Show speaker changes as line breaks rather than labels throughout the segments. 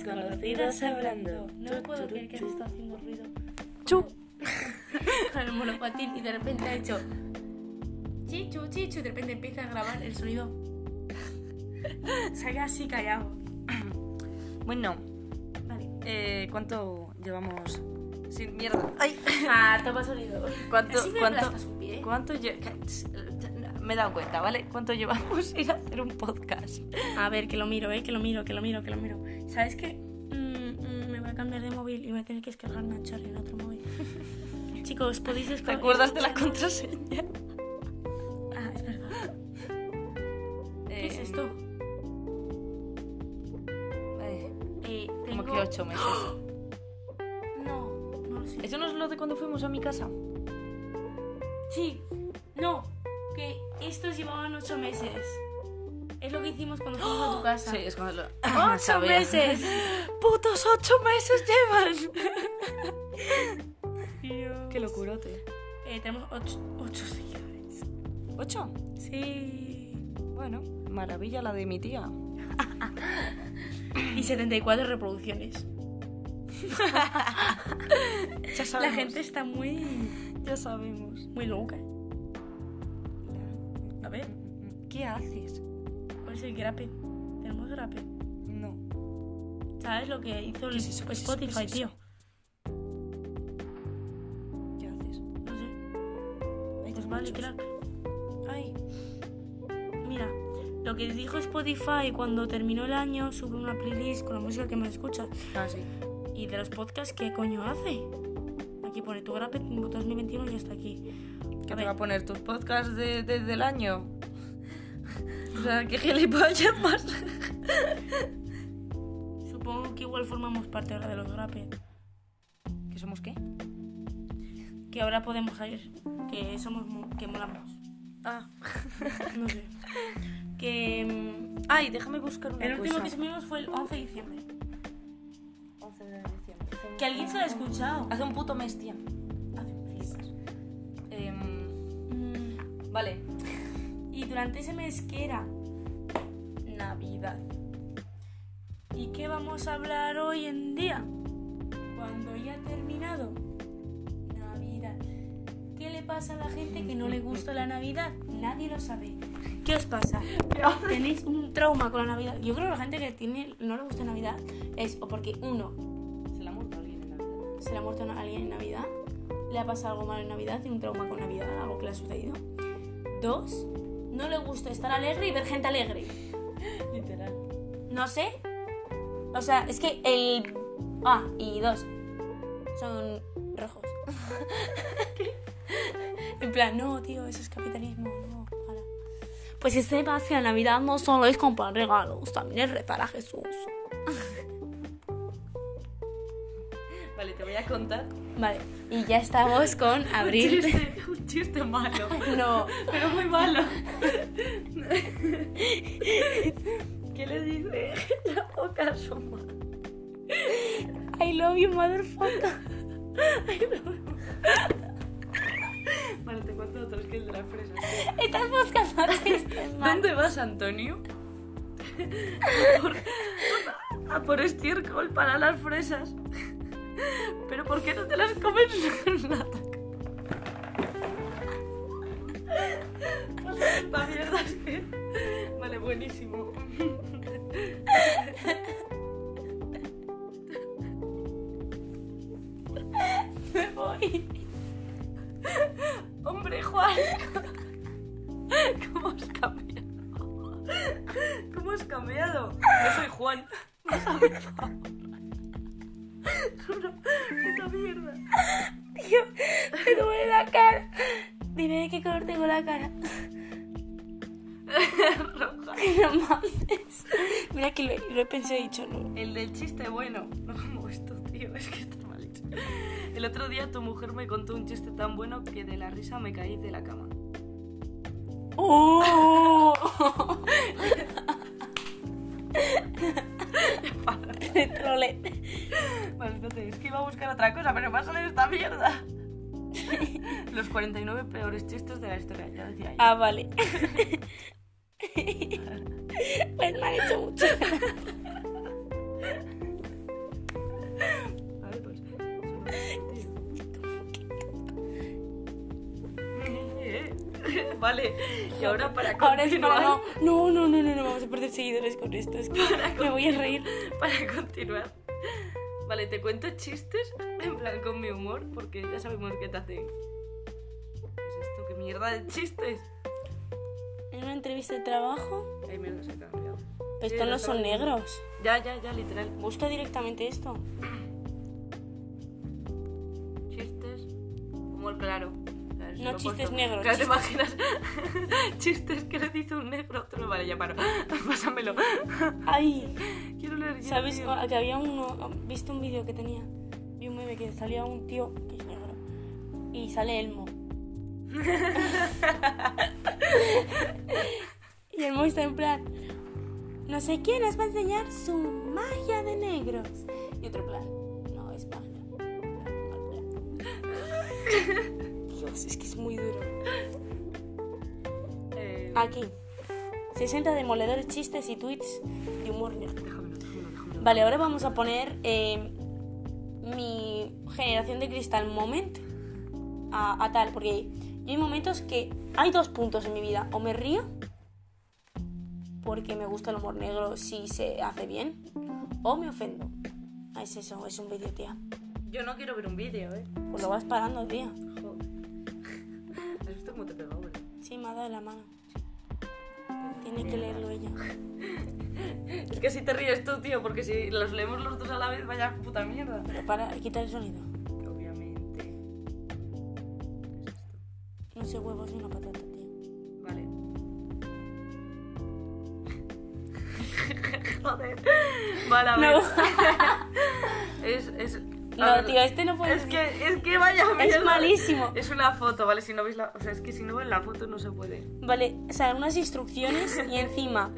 Perdidas hablando.
No puedo creer que has estado haciendo ruido
Chu.
con el monopatín y de repente ha hecho chichu, chichu y de repente empieza a grabar el sonido. Se ha quedado así callado.
Bueno,
Vale.
eh, ¿cuánto llevamos sin mierda? Ay,
Ah, toma sonido.
¿Cuánto-
Casi me
cuánto-
aplastas un pie. ¿eh?
¿cuánto lle- Me he dado cuenta, ¿vale? ¿Cuánto llevamos sin hacer un podcast?
A ver, que lo miro, eh, que lo miro, que lo miro, que lo miro. ¿Sabes qué? Mm, mm, me voy a cambiar de móvil y voy a tener que descargar Nachar en otro móvil. Chicos, podéis
¿Te
descargar.
acuerdas de la contraseña?
Ah, es verdad. ¿Qué es
Eh,
esto?
eh,
Eh,
como
tengo-
que ocho meses.
No, no lo sé.
¿Eso no es lo de cuando fuimos a mi casa?
¡Oh! Sí, no, que estos llevaban ocho meses. Es lo que hicimos cuando fuimos a tu casa.
Sí, es cuando lo...
¡Ocho
Sabía.
meses!
¡Putos ocho meses llevan! ¡Qué
locura!
locurote!
Eh, tenemos ocho, ocho seguidores.
¿Ocho?
Sí.
Bueno, maravilla la de mi tía.
Y 74 reproducciones.
Ya
La gente está muy,
Ya sabemos.
muy loca. A ver,
¿Qué haces?
¿cuál es el grape? Tenemos grape.
No.
¿Sabes lo que hizo el
¿Qué es eso? ¿Qué es eso? ¿Qué es
Spotify,
eso?
tío?
¿Qué haces?
No sé.
Hay
Pues vale,
muchos.
crack.
Ay,
Mira, lo que dijo Spotify cuando terminó el año, sube una playlist con la música que me escuchas.
ah, sí.
Y de los podcasts, ¿qué coño hace? Aquí pone tu grape 2021 y hasta aquí.
¿Qué
A
te
ver.
va a poner tus podcasts de, de- del año? O sea, qué gilipollas más.
Supongo que igual formamos parte ahora de los grape.
¿Que somos qué?
Que ahora podemos salir. Que somos. mo- que molamos.
Ah.
No sé. Que. mm,
Em, Ay, déjame buscar una
El
cosa.
último que subimos fue el 11 de diciembre.
11 de diciembre.
Que alguien se lo ha escuchado.
Hace un puto mes, tía. Ah,
Hace un mes.
Em,
Mm,
vale.
Y durante ese mes que era Navidad. ¿Y qué vamos a hablar hoy en día? Cuando ya ha terminado Navidad. ¿Qué le pasa a la gente que no le gusta la Navidad? Nadie lo sabe. ¿Qué os pasa? ¿Tenéis un trauma con la Navidad? Yo creo que la gente que tiene, no le gusta Navidad es o porque uno,
Se la ha muerto alguien en la vida.
se le ha muerto a alguien en Navidad, le ha pasado algo malo en Navidad, tiene un trauma con Navidad, algo que le ha sucedido. Dos, no le gusta estar alegre y ver gente alegre.
Literal.
No sé. O sea, es que el... Ah, y dos. Son rojos. en plan, no, tío, eso es capitalismo. No, para. Pues este pase a Navidad no solo es comprar regalos, también es rezar a Jesús.
Vale, te voy a contar.
Vale, y ya estamos con abril.
Chiste, un chiste malo.
No,
Pero muy malo. ¿Qué le dice la boca a su madre?
I love you, motherfucker.
Vale, te cuento otro, es que el de las fresas.
Estás buscando chistes mal.
¿Dónde vas, Antonio? Por- a por estiércol para las fresas. Pero ¿por qué no te las comes nada? La mierda es que... Vale, buenísimo.
Me voy.
Hombre, Juan. ¿Cómo has cambiado? ¿Cómo has cambiado? Yo soy Juan. Déjame en paz. Es una puta mierda.
Tío, me duele la cara. Dime de qué color tengo la cara.
Roja.
Que no mames. Mira que lo, he- lo he pensado y he dicho no.
El del chiste bueno. No como esto, tío. Es que está mal hecho. El otro día tu mujer me contó un chiste tan bueno que de la risa me caí de la cama.
¡Oh! Te trolé.
Vale, entonces, es que iba a buscar otra cosa, pero me ha salido esta mierda. Los 49 peores chistes de la historia, ya decía yo.
Ah, vale. Pues me han hecho mucho.
pues, Vale, y ahora para
Ahora es
continuar,
no, no, no, no, no, no, vamos a perder seguidores con esto. Es que me voy a reír.
para continuar. Vale, te cuento chistes en plan con mi humor porque ya sabemos que te hace. ¿Qué es esto? ¿Qué mierda de chistes?
En una entrevista de trabajo,
Ay, mierda, se ha cambiado.
pues
Sí,
estos
lo
no son
estaba viendo.
negros.
Ya, ya, ya, literal.
Busca directamente esto.
Chistes. Humor claro. ¿Sabes?
No
Lo he
chistes
puesto.
negros,
Claro, ¿te imaginas? chistes que le dice un negro a otro. Vale, ya paro. Pásamelo.
Ay,
Quiero leer yo.
¿sabes?
tío.
Ah, Que había uno, ¿viste un vídeo que tenía? Vi un meme que salía un tío que es negro y sale Elmo. y Elmo está en plan, no sé quién nos va a enseñar su magia de negros. Y otro plan, no, es magia. Mal plan. Dios, es que es muy duro.
Eh,
Aquí, 60 demoledores, chistes y tweets de humor negro.
Déjamelo, déjamelo, déjamelo.
Vale, ahora vamos a poner eh, mi generación de cristal moment a, a tal, porque yo hay momentos que hay dos puntos en mi vida. O me río, porque me gusta el humor negro si se hace bien, o me ofendo. Ah, Es eso, es un vídeo, tía.
Yo no quiero ver un vídeo, eh.
Pues lo vas parando, tía.
Joder. ¿Has visto cómo te he pegado, eh?
Sí, me ha dado la mano. Tiene que leerlo ella.
Es que así te ríes tú, tío, porque si los leemos los dos a la vez, vaya puta mierda.
Pero para, quita el sonido.
Obviamente. ¿Qué es esto?
No sé huevos ni una patata, tía.
Vale. Joder. Vale, a ver.
No,
Es, es... a
no,
ver,
tío, este no puede
Es
ser.
que, es que vaya mierda.
malísimo.
Es una foto, ¿vale? Si no veis la... O sea, es que si no ven la foto no se puede.
Vale, o sea, unas instrucciones y encima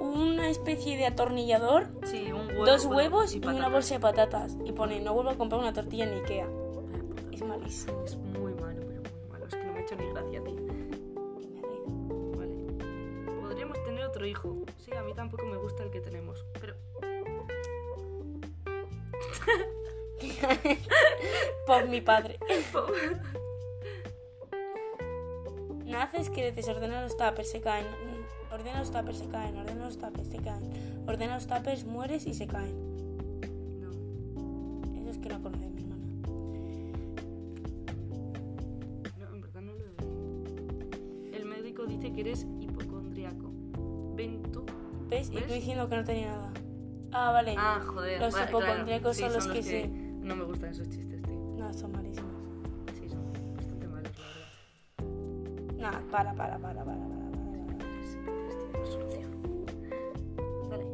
una especie de atornillador,
Sí, un huevo.
dos
bueno,
huevos y, una
patatas.
bolsa de patatas. Y pone, no vuelvo a comprar una tortilla en Ikea. Es malísimo.
Es muy malo, pero muy malo. Es que no me ha hecho ni gracia, tío.
Me he reído.
Vale. Podríamos tener otro hijo. Sí, a mí tampoco me gusta el que tenemos. Pero.
Por mi padre.
Joder,
Naces, creces, ordena los tapers, se caen. Mm, Ordena los tapers, se caen. Ordena los tapers, se caen. Ordena los tapers, mueres y se caen.
No,
Eso es que no conoce mi hermana.
no, en verdad no lo veo. El médico dice que eres hipocondriaco. Ven tú.
¿Ves? Y tú
¿Ves?
diciendo que no tenía nada. Ah, vale.
Ah, joder.
Los
vale,
hipocondriacos
claro.
son los que sí.
No me gustan esos chistes, tío.
No, son malísimos.
Sí, son bastante malos, la verdad.
Nada, Ah, para, para, para, para, para, para. para.
Que sí, que les tiene solución. Vale.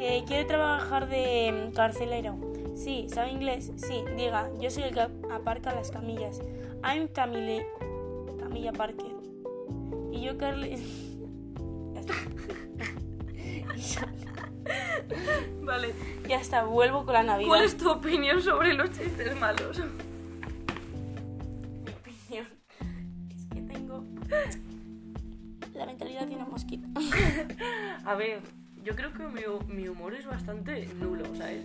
Eh, ¿Quiere trabajar de mm, carcelero? Sí, ¿sabe inglés? Sí, diga, yo soy el que aparca las camillas. I'm Camille, Camilla Parker. Y yo, Carly... ya, está.
Vale.
Ya está, vuelvo con la Navidad.
¿Cuál es tu opinión sobre los chistes malos?
mi opinión? Es que tengo... La mentalidad tiene mosquito.
A ver, yo creo que mi, mi humor es bastante nulo, ¿sabes?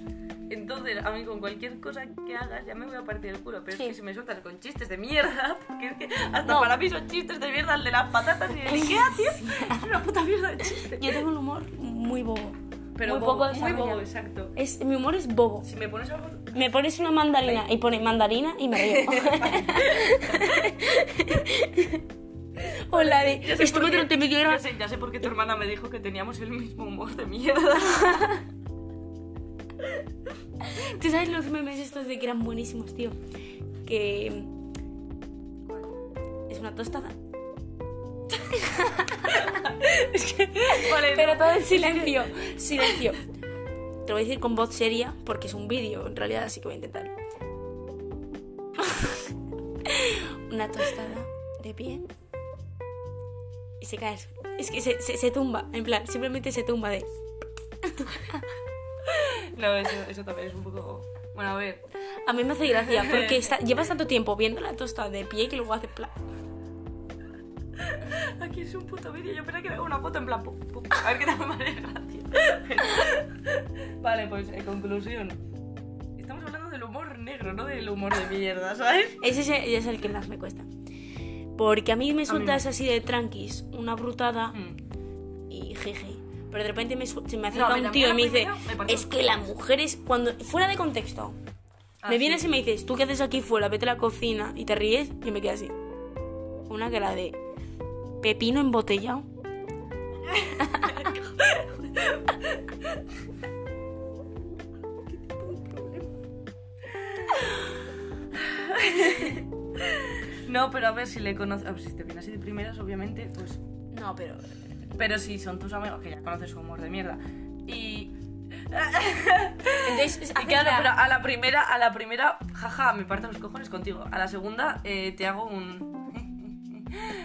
Entonces, a mí con cualquier cosa que hagas ya me voy a partir el culo, pero
Sí.
es que si me sueltas con chistes de mierda, porque es que hasta
No.
para mí son chistes de mierda el de las patatas y el Ikea, tío. Es una puta mierda de chiste.
Yo tengo un humor muy bobo.
Pero
muy
bobo,
poco
muy bobo,
desarrollado.
exacto.
Es, mi humor es bobo.
Si me pones algo...
Me pones una mandarina y pone mandarina y me río. o la de
Ya sé
estuve
por qué-
durante media hora.
Ya sé, ya sé por qué tu hermana me dijo que teníamos el mismo humor de mierda.
¿Tú sabes los memes estos de que eran buenísimos, tío? Que es una tostada.
Vale,
Pero
no.
todo en silencio. Silencio. Te lo voy a decir con voz seria porque es un vídeo, en realidad, así que voy a intentar. Una tostada de pie y se cae. al suelo. Es que se, se- se tumba, en plan, simplemente se tumba de.
No, eso, eso también es un poco... Bueno, a ver,
A mí me hace gracia porque está- llevas tanto tiempo viendo la tostada de pie que luego hace plan.
Aquí es un puto vídeo. Yo pensaba que era una foto en plan. pum, pum. A ver qué tal me vale, gracias. vale, pues en conclusión. Estamos hablando del humor negro, ¿no? Del humor de mierda, ¿sabes?
Ese es el, es el que más me cuesta. Porque a mí me sueltas
no.
así de tranquis, una brutada
Mm.
y jeje. Pero de repente me, su- se me
No, a
acerca
mí
un
la
tío y
mía
me
la
dice,
primera me pareció
es que las mujeres, cuando fuera de contexto,
Ah,
me
sí.
vienes y me dices, ¿tú qué haces aquí fuera? Vete a la cocina y te ríes, yo me quedo así. Una que la de pepino embotellado.
No, pero a ver si le conoces. a ver, Si te viene así de primeras, obviamente, pues.
No, pero...
Pero si son tus amigos, que ya conoces su humor de mierda. Y.
Entonces,
y claro, pero a la primera, a la primera, jaja, me parto los cojones contigo. A la segunda, eh, te hago un.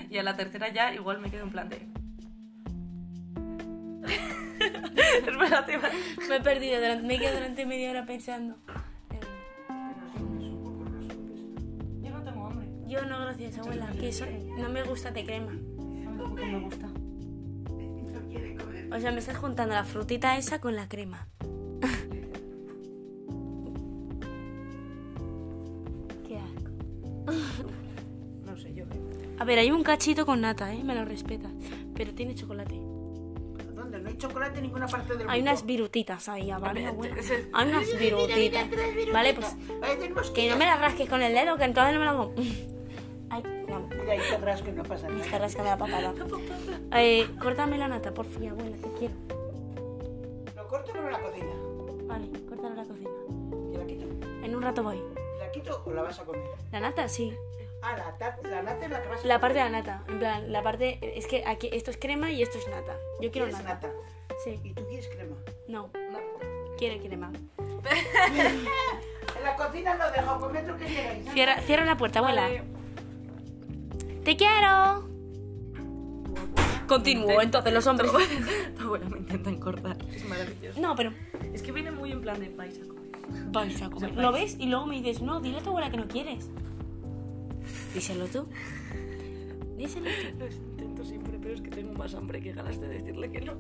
y a la tercera ya igual me quedo en plan de. Espérate, va.
me he perdido, durante- me he quedado durante media hora pensando. eh,
Yo no tengo hambre.
Yo no, gracias, abuela, que eso no me gusta de crema.
Tampoco me gusta.
O sea, me estás juntando la frutita esa con la crema. Qué asco.
No sé, yo.
A ver, hay un cachito con nata, ¿eh? Me lo respeta. Pero tiene chocolate.
¿Dónde? No hay chocolate en ninguna parte del
Hay
mundo.
unas virutitas ahí,
Hombre,
¿vale? abuela?
es el-
Hay unas virutitas. Vale, pues
Ahí tenemos
que no me las rasques con el dedo, que entonces no me las hago. Ay, no,
Mira, ahí te rasco y no pasa
me
nada.
está rascando la papada. Eh, córtame la nata, por fin, abuela, te quiero.
Lo corto en la cocina.
Vale, córtalo en la cocina.
Y la quito.
En un rato voy.
¿La quito o la vas a comer?
La nata, sí.
Ah, la, ta- la nata es la que vas a comer.
La parte de la nata, en plan, la parte es que aquí esto es crema y esto es nata. Yo quiero
Quieres
nata.
nata.
Sí,
Y tú quieres crema.
no. Quiere crema.
En la cocina lo dejo, comed lo que queráis. ¿eh?
Cierra, cierra la puerta, abuela.
Vale.
Te quiero. Continúo, entonces los hombres.
Tu abuela me intentan cortar. Es maravilloso.
No, pero
Es que viene muy en plan de vais a comer.
vais a comer. Lo ves y luego me dices, no, dile a tu abuela que no quieres. Díselo tú. Díselo tú.
Lo intento siempre, pero es que tengo más hambre que ganas de decirle que no.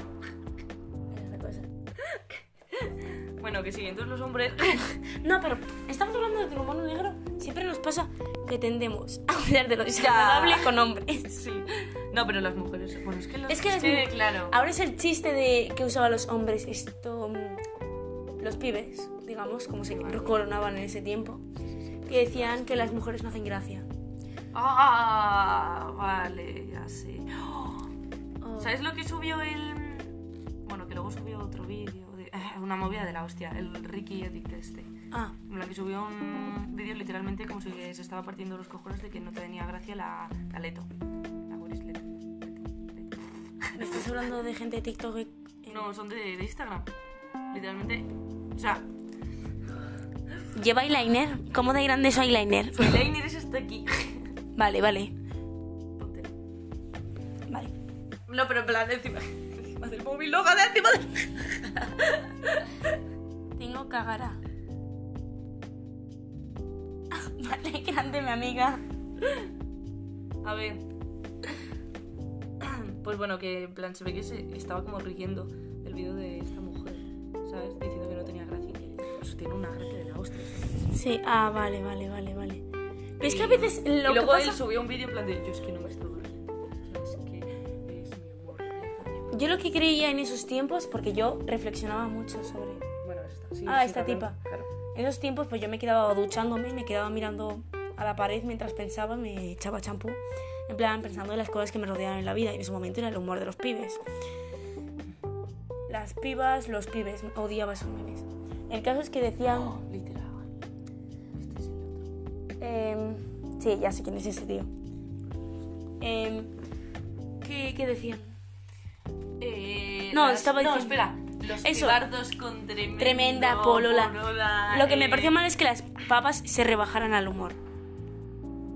Es la cosa.
Bueno, que sí, entonces los hombres.
No, pero estamos hablando de tu humano negro. Siempre nos pasa que tendemos a hablar de lo desagradable con hombres.
sí. No, pero las mujeres. Bueno, es que las Ah.
Es que, las mu-
claro.
ahora es el chiste de que usaban los hombres esto mm, los pibes, digamos, como se coronaban en ese tiempo, que decían que las mujeres no hacen gracia.
Ah, vale, ya sé. Oh,
O-
¿Sabes lo que subió el. Bueno, que luego subió otro vídeo. de- Una movida de la hostia, el Ricky Edit este.
Ah,
En plan que subió un vídeo literalmente como si se estaba partiendo los cojones de que no tenía gracia la, la Leto. La Boris Leto. Leto,
me estás hablando de gente de TikTok. que-
Leto. No, son de, de Instagram. Literalmente. O sea,
Lleva eyeliner. ¿Cómo de grande es su eyeliner?
su eyeliner es hasta aquí.
Vale, vale.
Ponte.
Vale.
No, pero en plan, encima, encima del móvil, loca, de encima del.
Tengo cagara. Vale, grande mi amiga.
A ver. Pues bueno, que en plan se ve que se estaba como riendo del vídeo de esta mujer, ¿sabes? Diciendo que no tenía gracia. y que, Pues tiene una gracia de la hostia. ¿sabes?
Sí, ah, vale, vale, vale, vale. Pero es que a veces lo
y luego
que pasa...
él subió un vídeo en plan de: Yo es que no me estoy riendo. o sea, Es que es mi humor. de mierda".
Yo lo que creía en esos tiempos, porque yo reflexionaba mucho sobre
Bueno, es esta. Sí,
Ah,
sí,
esta
claro,
tipa.
Claro.
en esos tiempos, pues yo me quedaba duchándome, me quedaba mirando a la pared mientras pensaba, me echaba champú, en plan pensando en las cosas que me rodeaban en la vida y en ese momento era el humor de los pibes. Las pibas, los pibes, odiaba esos memes. El caso es que decían...
No, literal. Este es el otro.
Em, sí, ya sé quién es ese tío. Em, ¿qué, qué decían?
Eh,
No,
las-
estaba
No,
diciendo-
espera. Los
Eso.
pibardos con tremendo
Tremenda polola. Lo que me
eh,
pareció mal es que las papas se rebajaran al humor.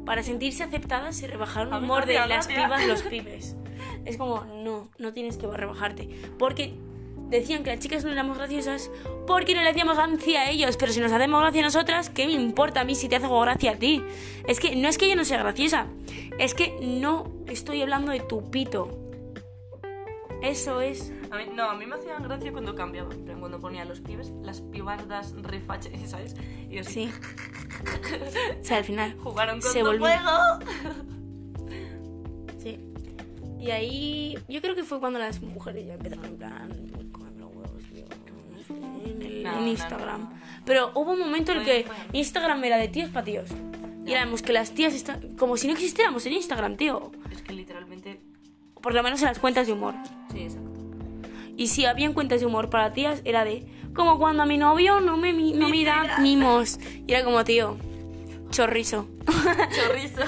Para sentirse aceptadas se rebajaron
A
al
mí
humor
no
de
me da
las
gracia.
pibas los pibes. Es como, no, no tienes que rebajarte. Porque decían que las chicas no éramos graciosas porque no le hacíamos gracia a ellos. Pero si nos hacemos gracia a nosotras, ¿qué me importa a mí si te hago gracia a ti? Es que no es que yo no sea graciosa. Es que no estoy hablando de tu pito. Eso es.
A mí, no, a mí me hacían gracia cuando cambiaba. Pero cuando ponía los pibes, las pibardas refaches, ¿sabes? Y así,
Sí. O sea, al final.
jugaron con
Se
tu
volvió.
juego.
Sí. Y ahí. Yo creo que fue cuando las mujeres ya empezaron en plan. "Cómeme los huevos, tío", En, el-
No,
en
no, no,
Instagram.
no, no.
Pero hubo un momento en el
Fue-
que
fue-
Instagram era de tíos para tíos. Y éramos que las tías. esta- Como si no existiéramos en Instagram, tío.
Es que literalmente...
Por lo menos en las cuentas de humor.
Sí, exacto.
Y si habían cuentas de humor para tías, era de como cuando a mi novio no me, mi- no me da mimos. Y era como, tío, chorrizo.
Chorrizo.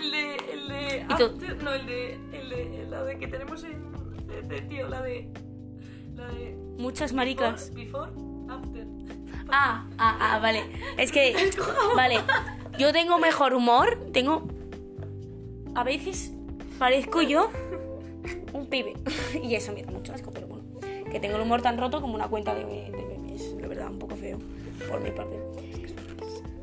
el de... El de...
tú?
after- no, el de, el de... La de que tenemos en... De, de tío, la de... La de...
Muchas maricas.
Before, before, after.
Ah, ah, ah, vale. Es que, vale, yo tengo mejor humor, tengo... A veces parezco yo un pibe. Y eso me da mucho asco, pero bueno. Que tengo el humor tan roto como una cuenta de, de memes. La verdad, un poco feo, por mi parte.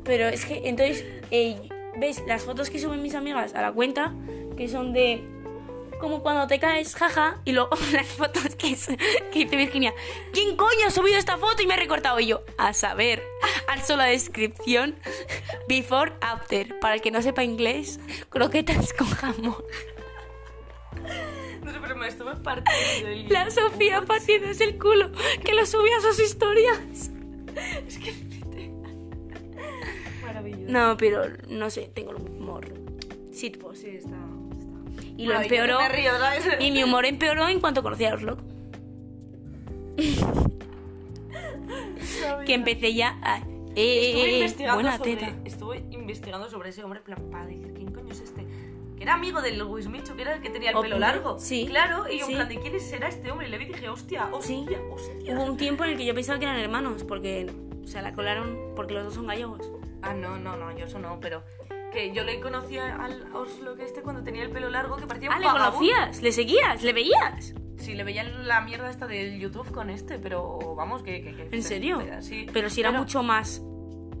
Pero es que, entonces, eh, ¿ves las fotos que suben mis amigas a la cuenta? Que son de... Como cuando te caes, jaja, y luego las fotos que, es- que dice Virginia. ¿Quién coño ha subido esta foto y me ha recortado Y yo? A saber, alzo la descripción. Before, after. Para el que no sepa inglés, croquetas con jamón.
No sé, pero me estuve partiendo el
La Sofía partiéndose el culo, que lo subía a sus historias.
Maravilloso.
No, pero no sé, tengo el humor. Sitpo,
Sí, está... está.
Y lo
Ay,
empeoró.
Me río, ¿sabes?
Y mi humor empeoró en cuanto conocí a los locos. que empecé ya a. Eh,
Estuve
eh, eh,
investigando
buena
sobre,
teta.
Estuve investigando sobre ese hombre en plan para decir quién coño es este. Que era amigo del Luis Micho, que era el que tenía el
Oh,
pelo largo.
sí,
Claro, y yo
sí.
en plan de quién será este hombre. Y le vi y dije, hostia,
Sí.
hostia, hostia.
Hubo un tiempo en el que yo pensaba que eran hermanos, porque se la colaron porque los dos son gallegos.
Ah, no, no, no, yo eso no, pero que yo le conocía al Oslo que este cuando tenía el pelo largo que parecía un
Ah, le
vagabundo.
conocías, le seguías, le veías.
Sí, le veía la mierda esta del YouTube con este, pero vamos, que. que- que-
¿En serio?
Sí. Ah.
Pero si era mucho más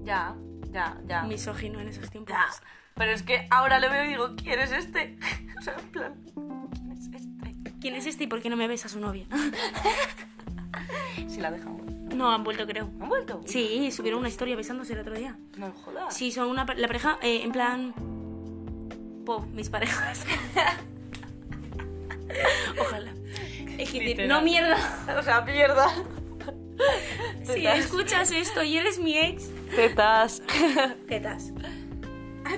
Ya, ya, ya.
misógino en esos tiempos.
Ya. Pero es que ahora le veo y digo, ¿quién es este? o sea, en plan, ¿quién es este?
¿Quién es este y por qué no me ves a su novia?
Si la dejamos.
no, han vuelto, creo.
¿Han vuelto?
Sí, subieron una historia besándose el otro día.
No jodas.
Sí, son una pa- la pareja eh, en plan po, mis parejas. Ojalá. Es que decir,
Literal.
no mierda.
O sea, mierda.
Si
Tetas.
escuchas esto y eres mi ex,
Tetas.
tetas.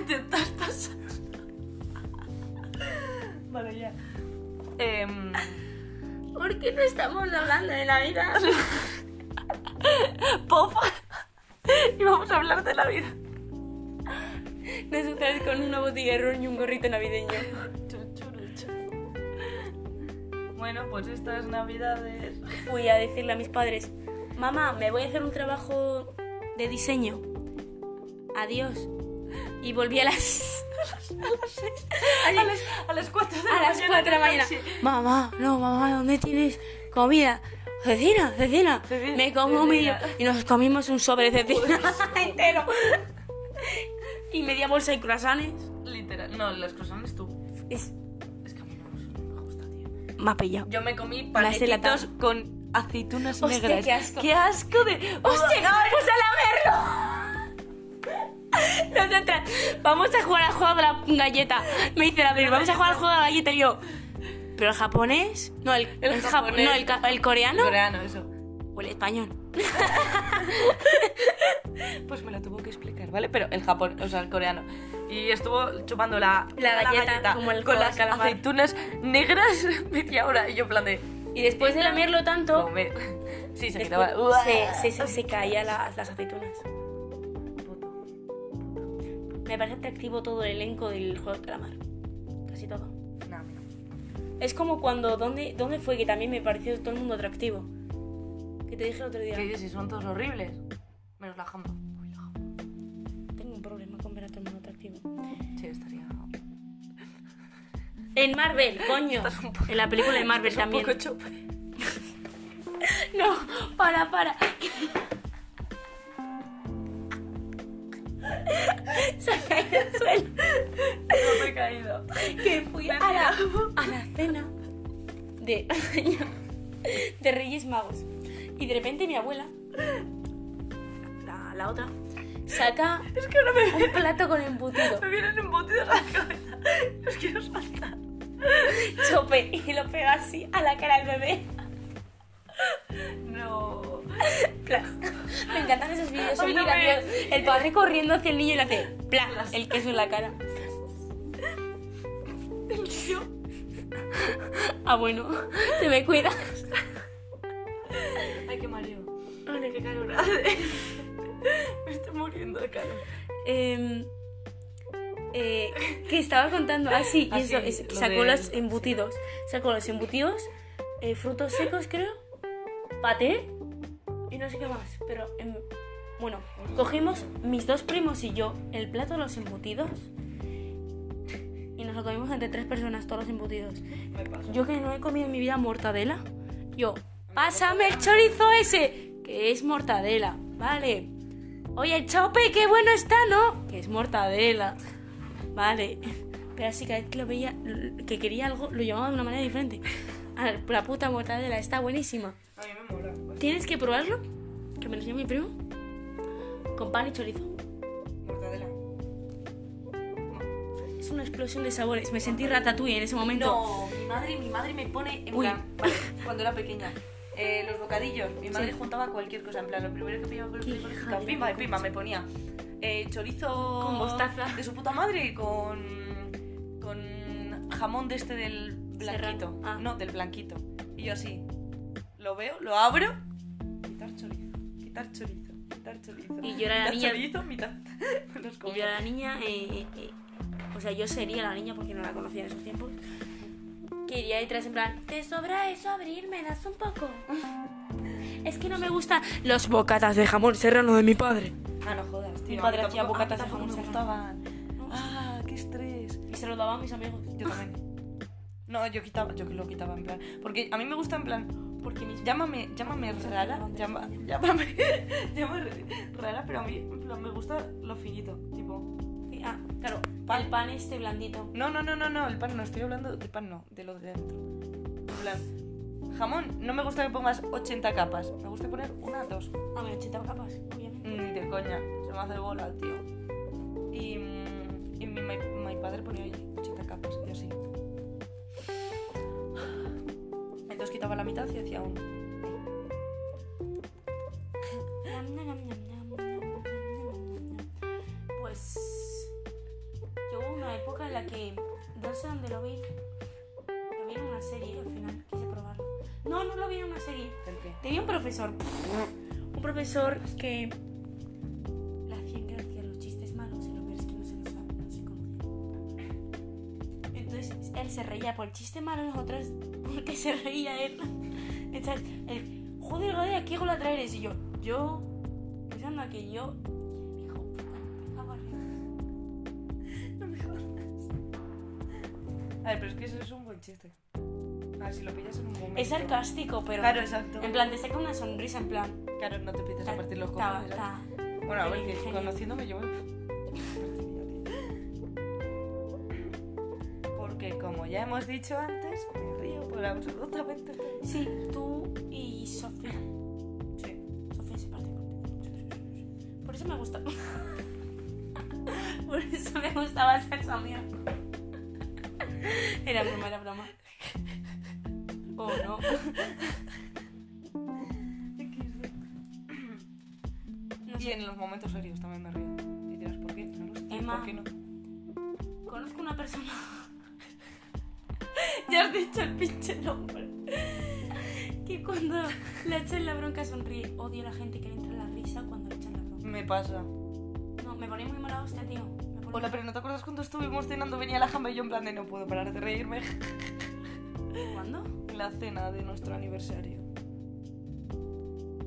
Tetas pasar. Vale, ya. Em,
¿Por qué no estamos hablando de la vida?
pof. y vamos a hablar de la vida.
Nosotras con una botella de ron y un gorrito navideño.
Bueno, pues estas navidades.
Fui a decirle a mis padres, mamá, me voy a hacer un trabajo de diseño. Adiós. Y volví a las... a
A las, a las 4 de la
a las 4 de la mañana.
casi.
Mamá, no, mamá, ¿dónde tienes comida? Cecina, Cecina,
Cecina,
me como medio.
Cecina.
Y nos comimos un sobre de Cecina entero. y media bolsa de croissants.
Literal. No, las croissants tú.
Es,
Es que a mí no me gusta, tío.
me ha pillado.
Yo me comí
Las
panecitos
delatadas.
con aceitunas
Hostia,
negras.
qué asco.
¡Qué asco pues de!
¡Hostia, vamos a lamerlo! Nosotras, vamos a jugar al juego de la galleta. Me dice la primera, vamos a jugar al juego de la galleta. Y yo, ¿pero el japonés? No, el,
El
el jap-
japonés.
no, el ca- el coreano.
Coreano, eso.
O el español.
Pues me lo tuvo que explicar, ¿vale? Pero el Japón, o sea, el coreano. Y estuvo chupando la,
La galleta, como el
con
juego
las
del calamar.
aceitunas negras media hora. Y yo, en plan de.
Y después de lamerlo tanto,
comer. Sí, se
Después-
quedaba. "Uah".
se, se, se, se caía la- las aceitunas. Me parece atractivo todo el elenco del juego del calamar. Casi todo.
No, a mí no.
Es como cuando. ¿Dónde, dónde fue que también me pareció todo el mundo atractivo? Que te dije el otro día.
¿Qué dices? Son todos horribles. Menos la jamba. Uy, la jamba.
Tengo un problema con ver a todo el mundo atractivo.
Sí, estaría.
En Marvel, coño.
Estás un poco-
En la película de Marvel
Es un
también.
poco chope.
No, para, para. Se cae al suelo.
No me caído.
que fui a la, a la cena de, de Reyes Magos. Y de repente mi abuela, la, la otra, saca
Es que ahora me,
un plato con embutido,
me vienen embutidos a la cabeza. Los quiero saltar.
chope y lo pega así a la cara del bebé.
No.
Plas. Me encantan esos vídeos,
A
son
mí
muy
no me-
graciosos. El padre corriendo hacia el niño y le hace plas, el queso en la cara.
El tío.
Ah, bueno, te me cuidas.
Ay, qué mareo. Ay, qué calor. me estoy muriendo de calor.
Em, eh, que estaba contando así,
Ah,
y eso,
sí,
es-
lo
sacó
del-
los embutidos, sacó los embutidos, eh, frutos secos creo, paté y no sé qué más, pero em, bueno, cogimos mis dos primos y yo el plato de los embutidos y nos lo comimos entre tres personas todos los embutidos.
Me paso.
Yo que no he comido en mi vida mortadela, yo, pásame el chorizo ese, que es mortadela, vale. Oye, chope, qué bueno está, ¿no? Que es mortadela. Vale. Pero así cada vez que lo veía, l- que quería algo, lo llamaba de una manera diferente. A ver, la puta mortadela está buenísima.
A mí me Pues, mola.
Tienes que probarlo, que me lo enseñó mi primo, con pan y chorizo.
Mortadela.
Es una explosión de sabores. Me sentí ratatouille en ese momento.
No, mi madre, mi madre me pone en
Uy.
plan, vale, cuando era pequeña. eh, los bocadillos, mi madre
Sí.
juntaba cualquier cosa, en plan, lo primero que pillaba por el
Qué hija
frigorífico,
de
pimba,
la
y pimba,
concha.
me ponía eh, chorizo
Con mostaza.
de su puta madre con, con jamón de este del blanquito,
Serrano, ah.
no, del blanquito. Y yo así, lo veo, lo abro, quitar chorizo, quitar chorizo, quitar chorizo.
Y yo era la
mitad
niña-
chorizo, mitad. me los
Y
comía.
yo era la niña, eh, eh, eh, o sea, yo sería la niña porque no la conocía en esos tiempos. Que iría detrás en plan, te sobra eso abrir, me das un poco. es que no me gustan los bocatas de jamón serrano de mi padre.
Ah, no jodas, tío.
Mi
a mí
padre hacía
tampoco- a mí
bocatas de
tampoco
jamón
me gustaban. Ah, qué estrés.
Y se lo daba a mis amigos.
Yo también. No, yo quitaba, yo que lo quitaba en plan. Porque a mí me gusta en plan.
Porque mis...
Llámame, llámame rara, llama- llámame, llámame rara, pero a mí en plan, me gusta lo finito, tipo.
Ah, claro,
Pan.
el pan este blandito.
No, no, no, no, no, el pan no, estoy hablando del pan no, de lo de dentro. En plan, jamón, no me gusta que pongas 80 capas, me gusta poner una, dos.
A ver, 80 capas, obviamente.
Ni de coña, se me hace bola, tío. Y, mm, y mi, mi, mi padre ponía ahí 80 capas y así. Entonces quitaba la mitad y hacía uno.
Ñam, ñam, ñam, ñam, ñam, ñam, ñam, ñam, ñam. Pues yo hubo una época en la que no sé dónde lo vi. Lo vi en una serie al final, quise probarlo. No, no lo vi en una serie.
¿El qué?
Tenía un profesor. Un profesor que le hacían gracia los chistes malos y lo peor es que no se los sabe, no se conocían. Entonces él se reía por el chiste malo y nosotros porque se reía él. Entonces él, joder, joder, ¿a qué hago la traer eso? Y yo, yo, pues anda que yo. Hijo, puta, me cago en
A
la-
ver, pero es que eso es un buen chiste. A ver, si lo pillas en un momento.
Es sarcástico, pero.
Claro, exacto.
En plan, te saca una sonrisa, en plan.
Claro, no te pides
ta,
a partir los
ta,
cojones. ¿sabes?
ta.
Bueno, a ver,
el
que
ingenio.
conociéndome yo me... Porque como ya hemos dicho antes, me río por absolutamente todo.
Sí, tú y Sofía.
Sí.
Sofía se parte contigo. Por eso me gusta. Por eso me gustaba ser su amiga. Era broma, era broma. Oh no. No
Y
sé,
en los momentos serios también me río. Y dirás, ¿por qué? No lo sé.
Emma.
¿Por qué no?
conozco una persona. ya has dicho el pinche nombre. Que cuando le echan la bronca sonríe. Odio a la gente que le entra la risa cuando le echan la bronca.
Me pasa.
No, me ponía muy mala hostia, tío. Me ponía-
Hola, pero ¿no te acuerdas cuando estuvimos cenando? Venía la jamba y yo en plan de no puedo parar de reírme.
¿Cuándo?
En la cena de nuestro aniversario.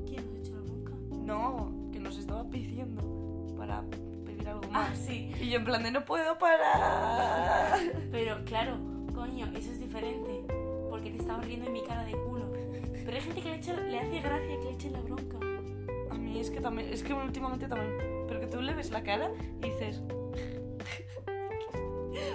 ¿Quién nos ha hecho la bronca?
No, que nos estaba pidiendo para pedir algo
Ah,
más.
sí.
Y yo en plan de no puedo parar.
Pero claro, coño, eso es diferente. Porque te estabas riendo en mi cara de culo. Pero hay gente que le, echa- le hace gracia que le echen la bronca.
A mí es que también, es que últimamente también. Pero que tú le ves la cara y dices.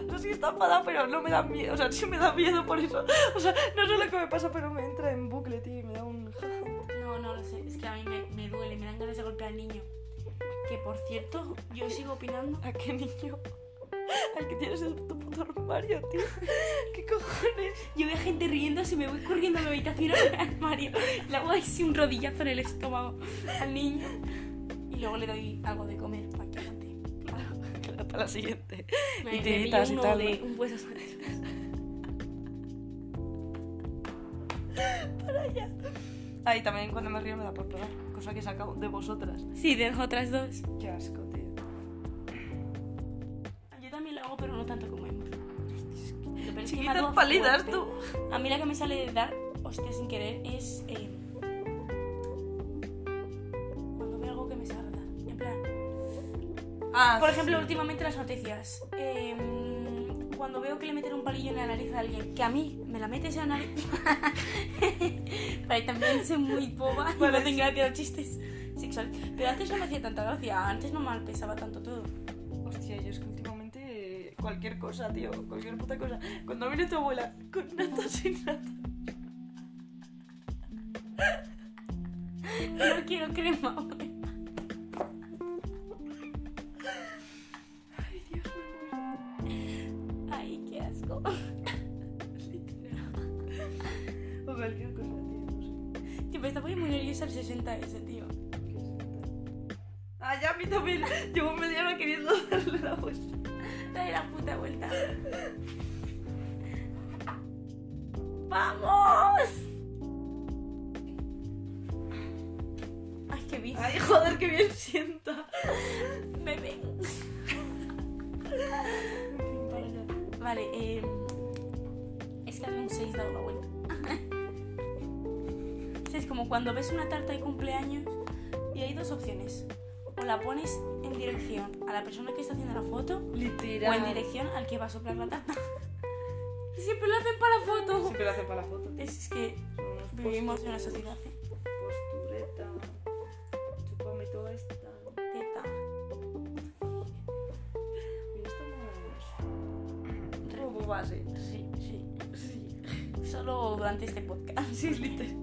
No sé si está enfadada, pero no me da miedo. O sea, sí me da miedo por eso. O sea, no sé lo que me pasa, pero me entra en bucle, tío, y me da un jaja.
No, no lo sé. Es que a mí me, me duele, me dan ganas de golpear al niño. Que por cierto, yo sigo opinando.
¿A qué niño? Al que tienes en tu puto armario, tío. ¿Qué cojones?
Yo veo gente riéndose y me voy corriendo a mi habitación al armario. Le hago así un rodillazo en el estómago al niño. Y luego le doy algo de comer para que aguante.
Para la siguiente.
Me,
Y
me pillo
tiritas y
uno
tal,
de
¿no?
un hueso sobre el otro.
Ah, y también cuando me río me da por probar. Cosa que he sacado de vosotras.
Sí, de las otras dos.
Qué asco, tío.
Yo también lo hago, pero no tanto como Emma. Pero es que me ha
Chiquitas
dado
pálidas,
fuerte.
tú.
A mí la que me sale de dar, hostia, sin querer, es. eh, cuando veo algo que me salga. En plan.
Ah,
Por ejemplo, últimamente las noticias. Em, cuando veo que le meten un palillo en la nariz a alguien, que a mí me la metes en la nariz. Para que también soy muy boba y me
Vale,
hacen
sí.
gracia los chistes sexuales. Pero antes no me hacía tanta gracia, antes no me pesaba tanto todo.
Hostia, yo es que últimamente eh, cualquier cosa, tío, cualquier puta cosa. Cuando viene tu abuela con nata sin nata.
No quiero crema. güey.
Ay, Dios mío.
Ay, qué asco.
O cualquier cosa, tío, no sé.
Tío, me está poniendo muy nerviosa el 60 ese, tío.
qué es. Ah, ya a mí también. Llevo media hora queriendo darle la vuelta.
Dale la puta vuelta. ¡Vamos! Ay, qué bien.
Ay, joder, qué bien sienta.
Me ven.
En fin, para allá.
Vale, eh, es que había un 6 dado la vuelta. Sí, es como cuando ves una tarta de cumpleaños y hay dos opciones. O la pones en dirección a la persona que está haciendo la foto
Literal.
o en dirección al que va a soplar la tarta. Y siempre lo hacen para la foto.
Siempre lo hacen para la foto.
Es, es que
Son unos
vivimos
postu-
en una sociedad ¿eh?
Postureta. Chúpame toda esta. Mira,
teta.
esta no
Un poco base.
Sí, sí. Solo durante este podcast.
Sí, literal.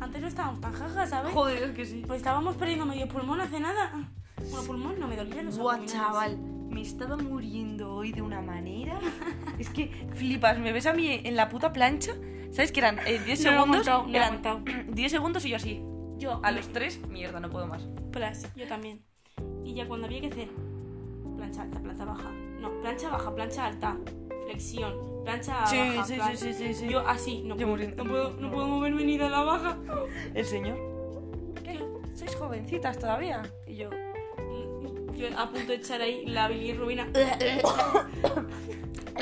Antes no estábamos tan jajas, ¿sabes?
Joder, es que sí.
Pues estábamos perdiendo medio pulmón hace nada. Bueno, pulmón no me dolía los
Buah,
abdominales.
chaval, me estaba muriendo hoy de una manera. Es que flipas, me ves a mí en la puta plancha. ¿Sabes que eran eh, 10
No lo he
segundos?
aguantado, no lo he
eran
aguantado.
10 segundos y yo así.
Yo,
A los 3, mierda, no puedo más.
Plus, yo también. Y ya cuando había que hacer plancha alta, plancha baja. No, plancha baja, plancha alta, flexión, plancha baja. plan-
sí, sí.
Yo así, no
Yo
puedo,
muriendo.
no puedo, no puedo moverme ni de la baja.
El señor. ¿Qué? ¿Sois jovencitas todavía? Y yo.
Yo a punto de echar ahí la bilirrubina.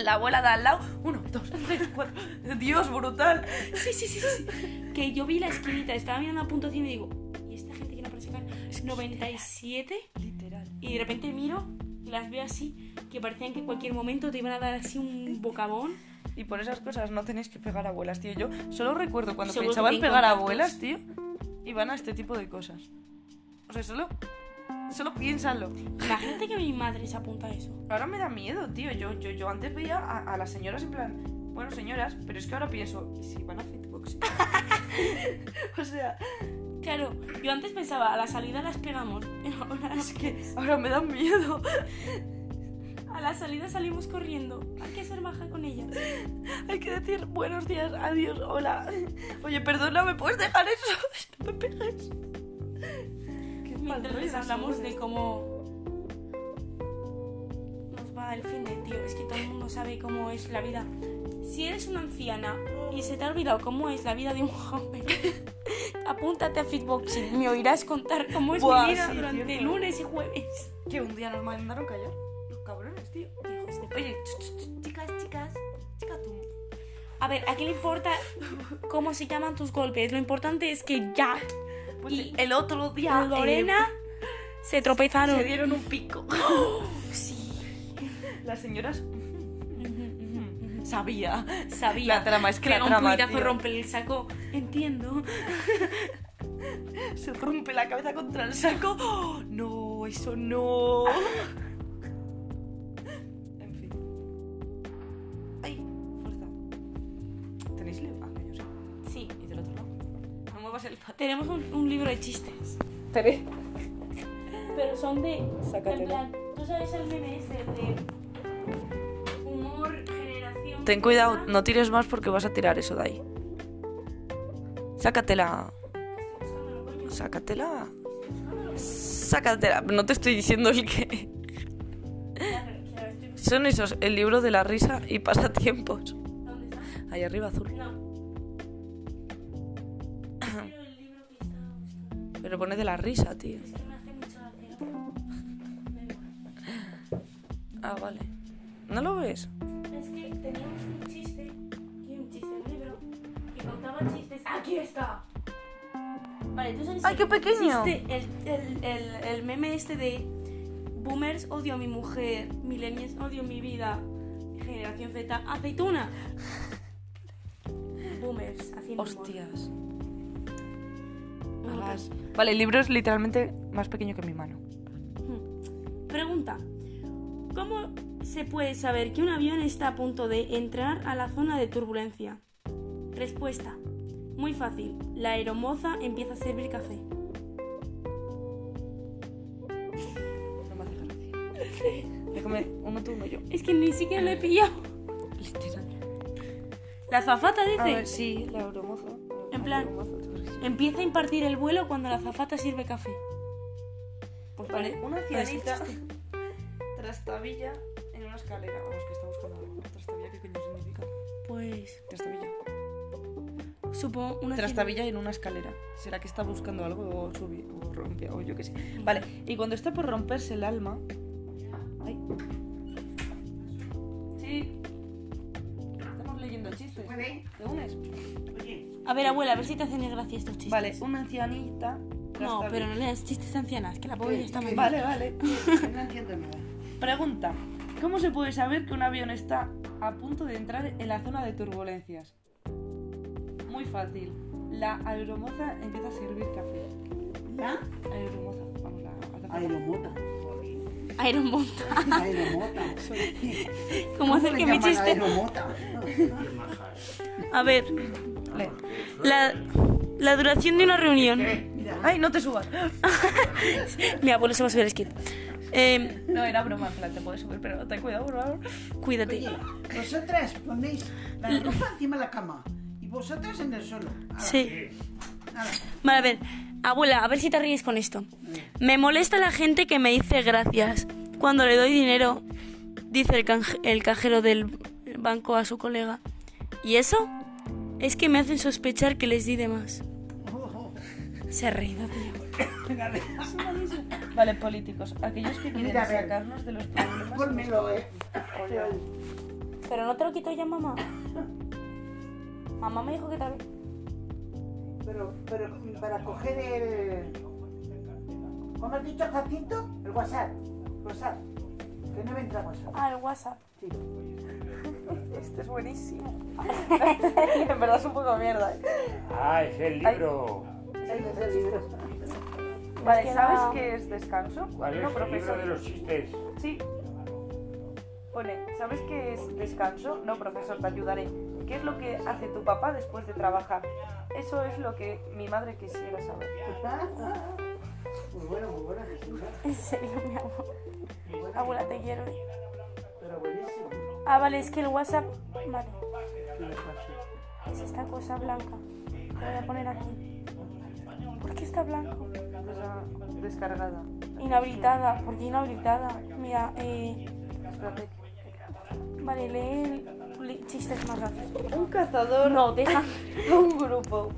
La abuela de al lado. Uno, dos, tres, cuatro. Dios, brutal.
Sí, sí, sí, sí. sí. Que yo vi la esquinita, estaba mirando a punto 100 y digo, ¿y esta gente que no parece sacar? 97.
Literal.
Y de repente miro y las veo así, que parecían que en cualquier momento te iban a dar así un bocabón.
Y por esas cosas no tenéis que pegar abuelas, tío. Yo solo recuerdo cuando
Seguro que
pensaban
tienen
pegar
contactos.
abuelas, tío, iban a este tipo de cosas. O sea, solo, solo piénsalo.
Imagínate que mi madre se apunta a eso.
Ahora me da miedo, tío. Yo, yo, yo antes veía a, a las señoras en plan, bueno, señoras, pero es que ahora pienso, ¿y si van a fitboxing? o sea,
Claro, yo antes pensaba, a la salida las pegamos, pero ahora
es que ahora me da miedo.
a la salida salimos corriendo. Hay que ser maja con ellas.
Hay que decir buenos días, adiós, hola. Oye, perdona, ¿me puedes dejar eso? No me pegues. Qué mal
Mientras les
rollo
hablamos
somos.
de cómo nos va el fin de tío. Es que todo el mundo sabe cómo es la vida. Si eres una anciana y se te ha olvidado cómo es la vida de un joven, apúntate a Fitboxing. Me oirás contar cómo es
Buah,
mi vida
sí,
durante
cierto.
lunes y jueves.
Que un día nos mandaron callar. Los cabrones, tío.
Hijos de
Oye, ch- ch- ch- chicas, chicas, chica tú.
A ver, ¿a qué le importa cómo se llaman tus golpes? Lo importante es que ya
Pues
Y-
el otro día
con Lorena se
eh,
tropezaron.
se dieron un pico.
Sí.
Las señoras sabía.
Sabía.
La trama, es que la
Pega
trama,
Un puñetazo,
tío.
rompe el saco. Entiendo.
Se rompe la cabeza contra el saco. ¡Oh! No, eso no. En fin. Ah, muevas el pato.
Tenemos un, un libro de chistes.
Tere.
Pero son de.
Sácatelo.
En plan, ¿tú sabes el meme ese de. Humor, generación.
Ten cuidado,
Z?
no tires más porque vas a tirar eso de ahí. Sácatela.
Estoy buscándolo, coño.
Sácatela. Sácatela. No te estoy diciendo el que.
Ya, pero que ahora estoy buscando.
Son esos, el libro de la risa y pasatiempos.
¿Dónde está?
Ahí arriba azul.
No. Quiero el libro que estaba buscando.
Pero pone de la risa, tío.
Es que me hace mucha gracia. Me da
Ah, vale. ¿No lo ves?
igual. Es que teníamos un chiste, y un chiste en libro, que contaba chistes. ¡Aquí está! Vale, tú sabes
¡Ay,
el-
qué pequeño!
existe el, el, el, el meme este de Boomers odio a mi mujer, Millennials odio mi vida, Generación Z aceituna. Boomers haciendo humor.
Hostias.
Bueno,
Alas. Vale, el libro es literalmente más pequeño que mi mano.
Pregunta. ¿Cómo se puede saber que un avión está a punto de entrar a la zona de turbulencia? Respuesta. Muy fácil. La aeromoza empieza a servir café.
No me hace gracia. Déjame, uno tú, uno yo.
Es que ni siquiera lo he pillado.
Literal.
La zafata dice.
A ver, sí, la bromoza.
En plan- Empieza a impartir el vuelo cuando la zafata sirve café.
Pues
Vale,
vale, una
lo
ancianita trastabilla en una escalera. Vamos, que está buscando algo. Trastabilla, ¿qué coño significa?
Pues
Trastabilla.
supongo una
Trastabilla en una escalera. ¿Será que está buscando algo o sube o rompe o yo qué sé? Vale, y cuando está por romperse el alma. Ay. Sí. Estamos leyendo chistes. ¿Te unes?
cien- A ver, abuela, a ver si te hacen gracia estos chistes.
Vale, una ancianita.
No,
trastabilla.
pero no leas chistes de ancianas, que la pobre ya está muy mal.
Vale, vale.
No entiendo nada.
Pregunta: ¿Cómo se puede saber que un avión está a punto de entrar en la zona de turbulencias? Muy fácil. La aeromoza empieza a servir café.
¿La?
Aeromoza, vamos, la azafata.
Aeromota.
Aeromoza.
Aeromota.
¿Cómo hacer
le
que mi
llaman
chiste
Aeromota.
A ver, la, la duración de una reunión.
Mira,
Ay, no te subas.
Mi abuelo se va a subir el skit. Eh,
No, era broma, en plan, te puedes subir, pero ten cuidado, por favor.
cuídate.
oye, vosotras ponéis la ropa encima de la cama y vosotras en el suelo. Ala,
Sí.
ala.
Vale, a ver. Abuela, a ver si te ríes con esto. Me molesta la gente que me dice gracias. Cuando le doy dinero, dice el, canje- el cajero del banco a su colega. ¿Y eso? Es que me hacen sospechar que les di de más.
Oh, oh.
Se ha reído, tío.
Vale, políticos, aquellos que quieren
Mira, a ver.
sacarnos de los problemas.
Pónmelo, eh.
Pero no te lo quito ya, mamá. Mamá me dijo que tal vez.
Pero, pero para coger el. ¿Cómo has dicho, Jacinto? El WhatsApp. WhatsApp. Que no me entra WhatsApp.
Ah, el WhatsApp.
Sí.
Este es buenísimo. en verdad es un poco mierda. ¿eh?
Ah, es el libro.
Ahí está el libro.
Vale,
Es que
¿sabes
no.
qué es descanso?
¿Cuál
no,
es el libro
profesor.
de los chistes?
Sí. Pone, ¿sabes qué es descanso? No, profesor, te ayudaré. ¿Qué es lo que hace tu papá después de trabajar? Eso es lo que mi madre quisiera saber.
Muy Pues bueno, muy bueno.
En serio, mi amor. Abuela, te quiero.
Pero buenísimo.
Ah, vale, es que el WhatsApp. Vale,
¿Qué le pasa?
es esta cosa blanca. Lo voy a poner aquí. ¿Por qué está blanco?
Cosa descargada.
Inhabilitada, ¿por qué inhabilitada? Mira, eh.
Espérate.
Vale, lee el li- chistes más rápido.
Un cazador.
No, deja.
un grupo.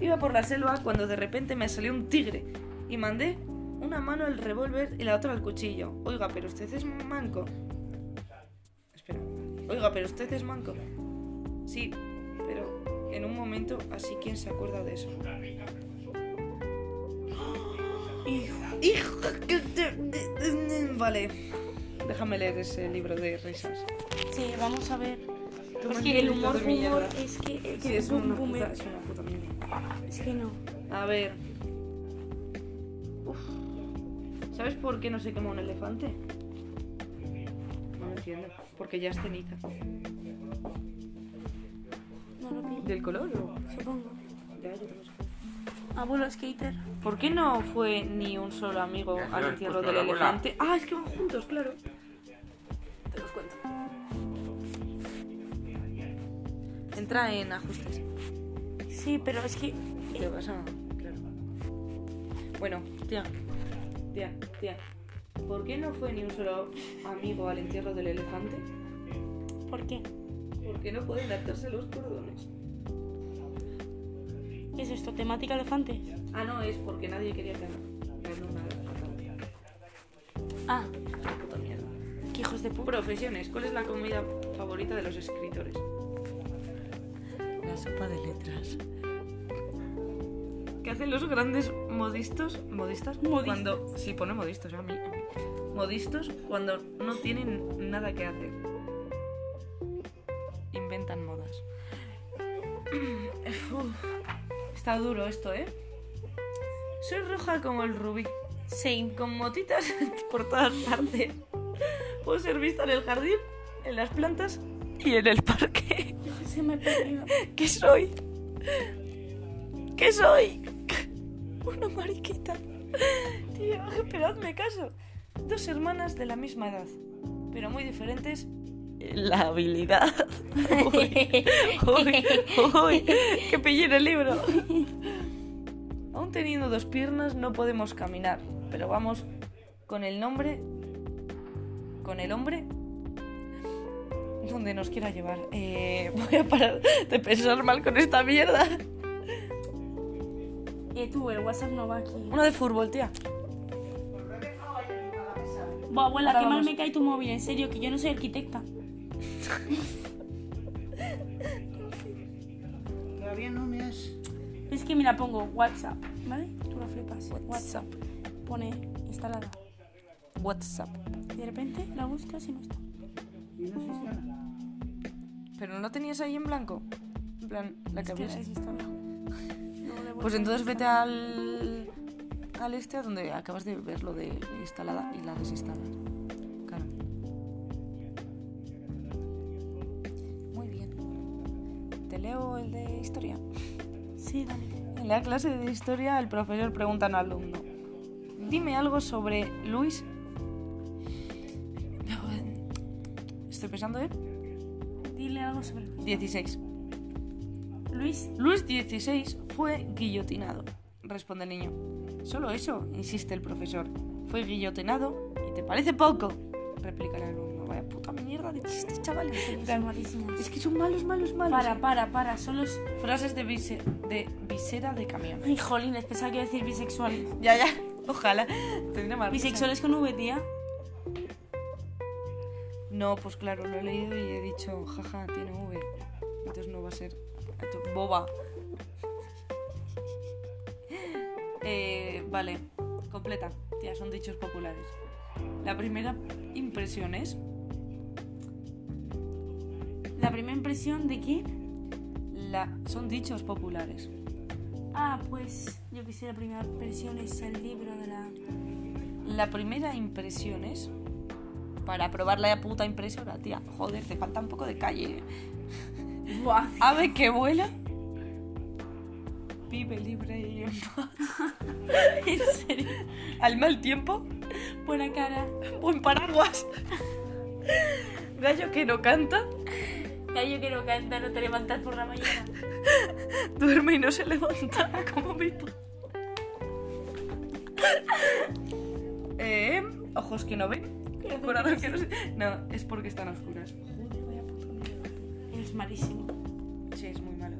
Iba por la selva cuando de repente me salió un tigre y mandé una mano al revólver y la otra al cuchillo. Oiga, pero usted es manco. Espera. Oiga, pero usted es manco. Sí, pero en un momento así quién se acuerda de eso. Hijo, hijo, que te- vale. Déjame leer ese libro de risas.
Sí, vamos a ver.
Tú
Es
me
que el
has
humor,
de mi
humor,
mierda.
es que. Es
Sí,
que
es una
boom,
puta,
boom,
es una puta mierda.
Es que no.
A ver. Uf. ¿Sabes por qué no se quema un elefante? No lo entiendo. Porque ya es ceniza.
No lo pillo,
¿Del color o?
supongo.
Ya, yo te lo sé.
abuelo skater.
¿Por qué no fue ni un solo amigo
Ya,
al
ya,
entierro
pues,
del
la abuela.
elefante? Ah, es que van juntos, claro. Te los cuento. Entra en ajustes.
Sí, pero es que
Te vas a... Claro. Bueno, tía. Tía, tía. ¿Por qué no fue ni un solo amigo al entierro del elefante?
¿por qué?
Porque no pueden atarse los cordones.
¿Qué es esto? Temática elefantes.
Ah, no, es porque nadie quería que ganó una fatal.
Ah,
Qué puta mierda.
qué hijos de puta.
Profesiones. ¿Cuál es la comida favorita de los escritores?
La sopa de letras.
¿Qué hacen los grandes modistos? ¿Modistas?
Modistas.
Cuando, sí, pone modistos, a mí. a mí. Modistos cuando no tienen nada que hacer. Inventan modas. Uf, está duro esto, ¿eh? Soy roja como el rubí,
Same.
con motitas por todas partes. Puedo ser vista en el jardín, en las plantas y en el parque.
Se me ha perdido.
¿Qué soy? ¿Qué soy? Una mariquita. Tío, pero hazme caso. Dos hermanas de la misma edad, pero muy diferentes. La habilidad. Uy, uy, uy, que pillé en el libro. Aún teniendo dos piernas no podemos caminar, pero vamos con el nombre, con el hombre, donde nos quiera llevar. Eh, voy a parar de pensar mal con esta mierda.
Eh, tú, el WhatsApp no va aquí.
Una de fútbol, tía.
Buah, abuela,
Ahora
qué mal
vamos.
me cae tu móvil, en serio, que yo no soy arquitecta.
Todavía no me has...
Es que mira, pongo WhatsApp, ¿vale? Tú la flipas. WhatsApp. Pone instalada.
WhatsApp.
Y de repente la buscas y no está.
Y no existe nada.
¿Pero no tenías ahí en blanco? En plan, la
Es
que
que
habías-
es instalada. No le
Pues
vuelvo a
entonces vete
instalar.
al. al este, a donde acabas de ver lo de instalada y la desinstalas. Claro. Muy bien. Te leo el de historia.
Sí, dale.
En la clase de historia, el profesor pregunta al alumno: Dime algo sobre Luis. Estoy pensando, ¿eh?
Dile algo sobre
16.
Luis.
Luis XVI fue guillotinado, responde el niño. Solo eso, insiste el profesor. Fue guillotinado y te parece poco, replica el alumno. Vaya puta mierda de chistes, chavales. en serio.
Están malísimos.
Es que son malos, malos, malos.
Para, para, para. Son los.
Frases de, vise- de visera de camión.
Ay, jolines, pensaba que iba a decir bisexuales.
Ya, ya, ojalá. Tendré más. risa.
¿Bisexuales con V, tía?
No, pues claro, lo he leído y he dicho, jaja, tiene V. Entonces no va a ser boba. Eh, vale, completa. Ya son dichos populares. La primera impresión es
¿La primera impresión de qué?
la son dichos populares.
Ah, pues yo que sé, la primera impresión es el libro de la.
La primera impresión es para probar la puta impresora, tía. Joder, te falta un poco de calle. ¿eh?
Buah.
Ave que vuela. Vive libre y en paz.
En serio.
Al mal tiempo.
Buena cara.
Buen paraguas. Gallo que no canta,
Gallo que no canta, no te levantas por la mañana.
duerme y no se levanta, como mi pa- Eh, ojos que no ven, corazón que no se... No, es porque están a oscuras.
Eres malísimo.
Sí, es muy malo. ¿eh?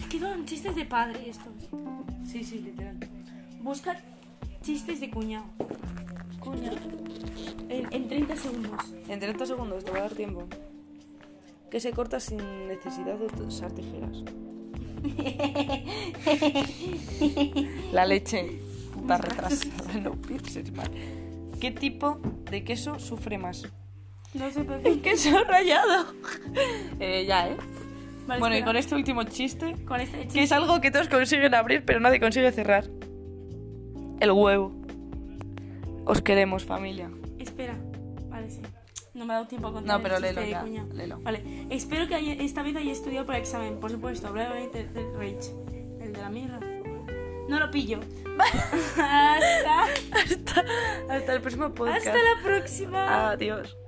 Es que son chistes de padre estos.
Sí, sí, literal.
Busca chistes de cuñado. Cuñado. En, en 30 segundos.
En 30 segundos te va a dar tiempo. Que se corta sin necesidad de usar tijeras. La leche. Puta retrasada, no pienses mal. ¿Qué tipo de queso sufre más?
No sé por
El
qué.
queso rallado. Eh, ya, ¿eh?
Vale,
bueno, y
espera.
con este último chiste,
Con este
que
chiste.
es algo que todos consiguen abrir, pero nadie consigue cerrar. El huevo. Os queremos, familia.
Espera. Vale, sí. No me ha dado tiempo a contar
No, pero
el chiste
léelo
de
ya,
cuñado.
léelo.
Vale, espero que haya- esta vez haya estudiado para el examen, por supuesto. Brevemente, del Rage, el de la mierda. No lo pillo. hasta,
Hasta, hasta el próximo podcast.
hasta la próxima.
Adiós.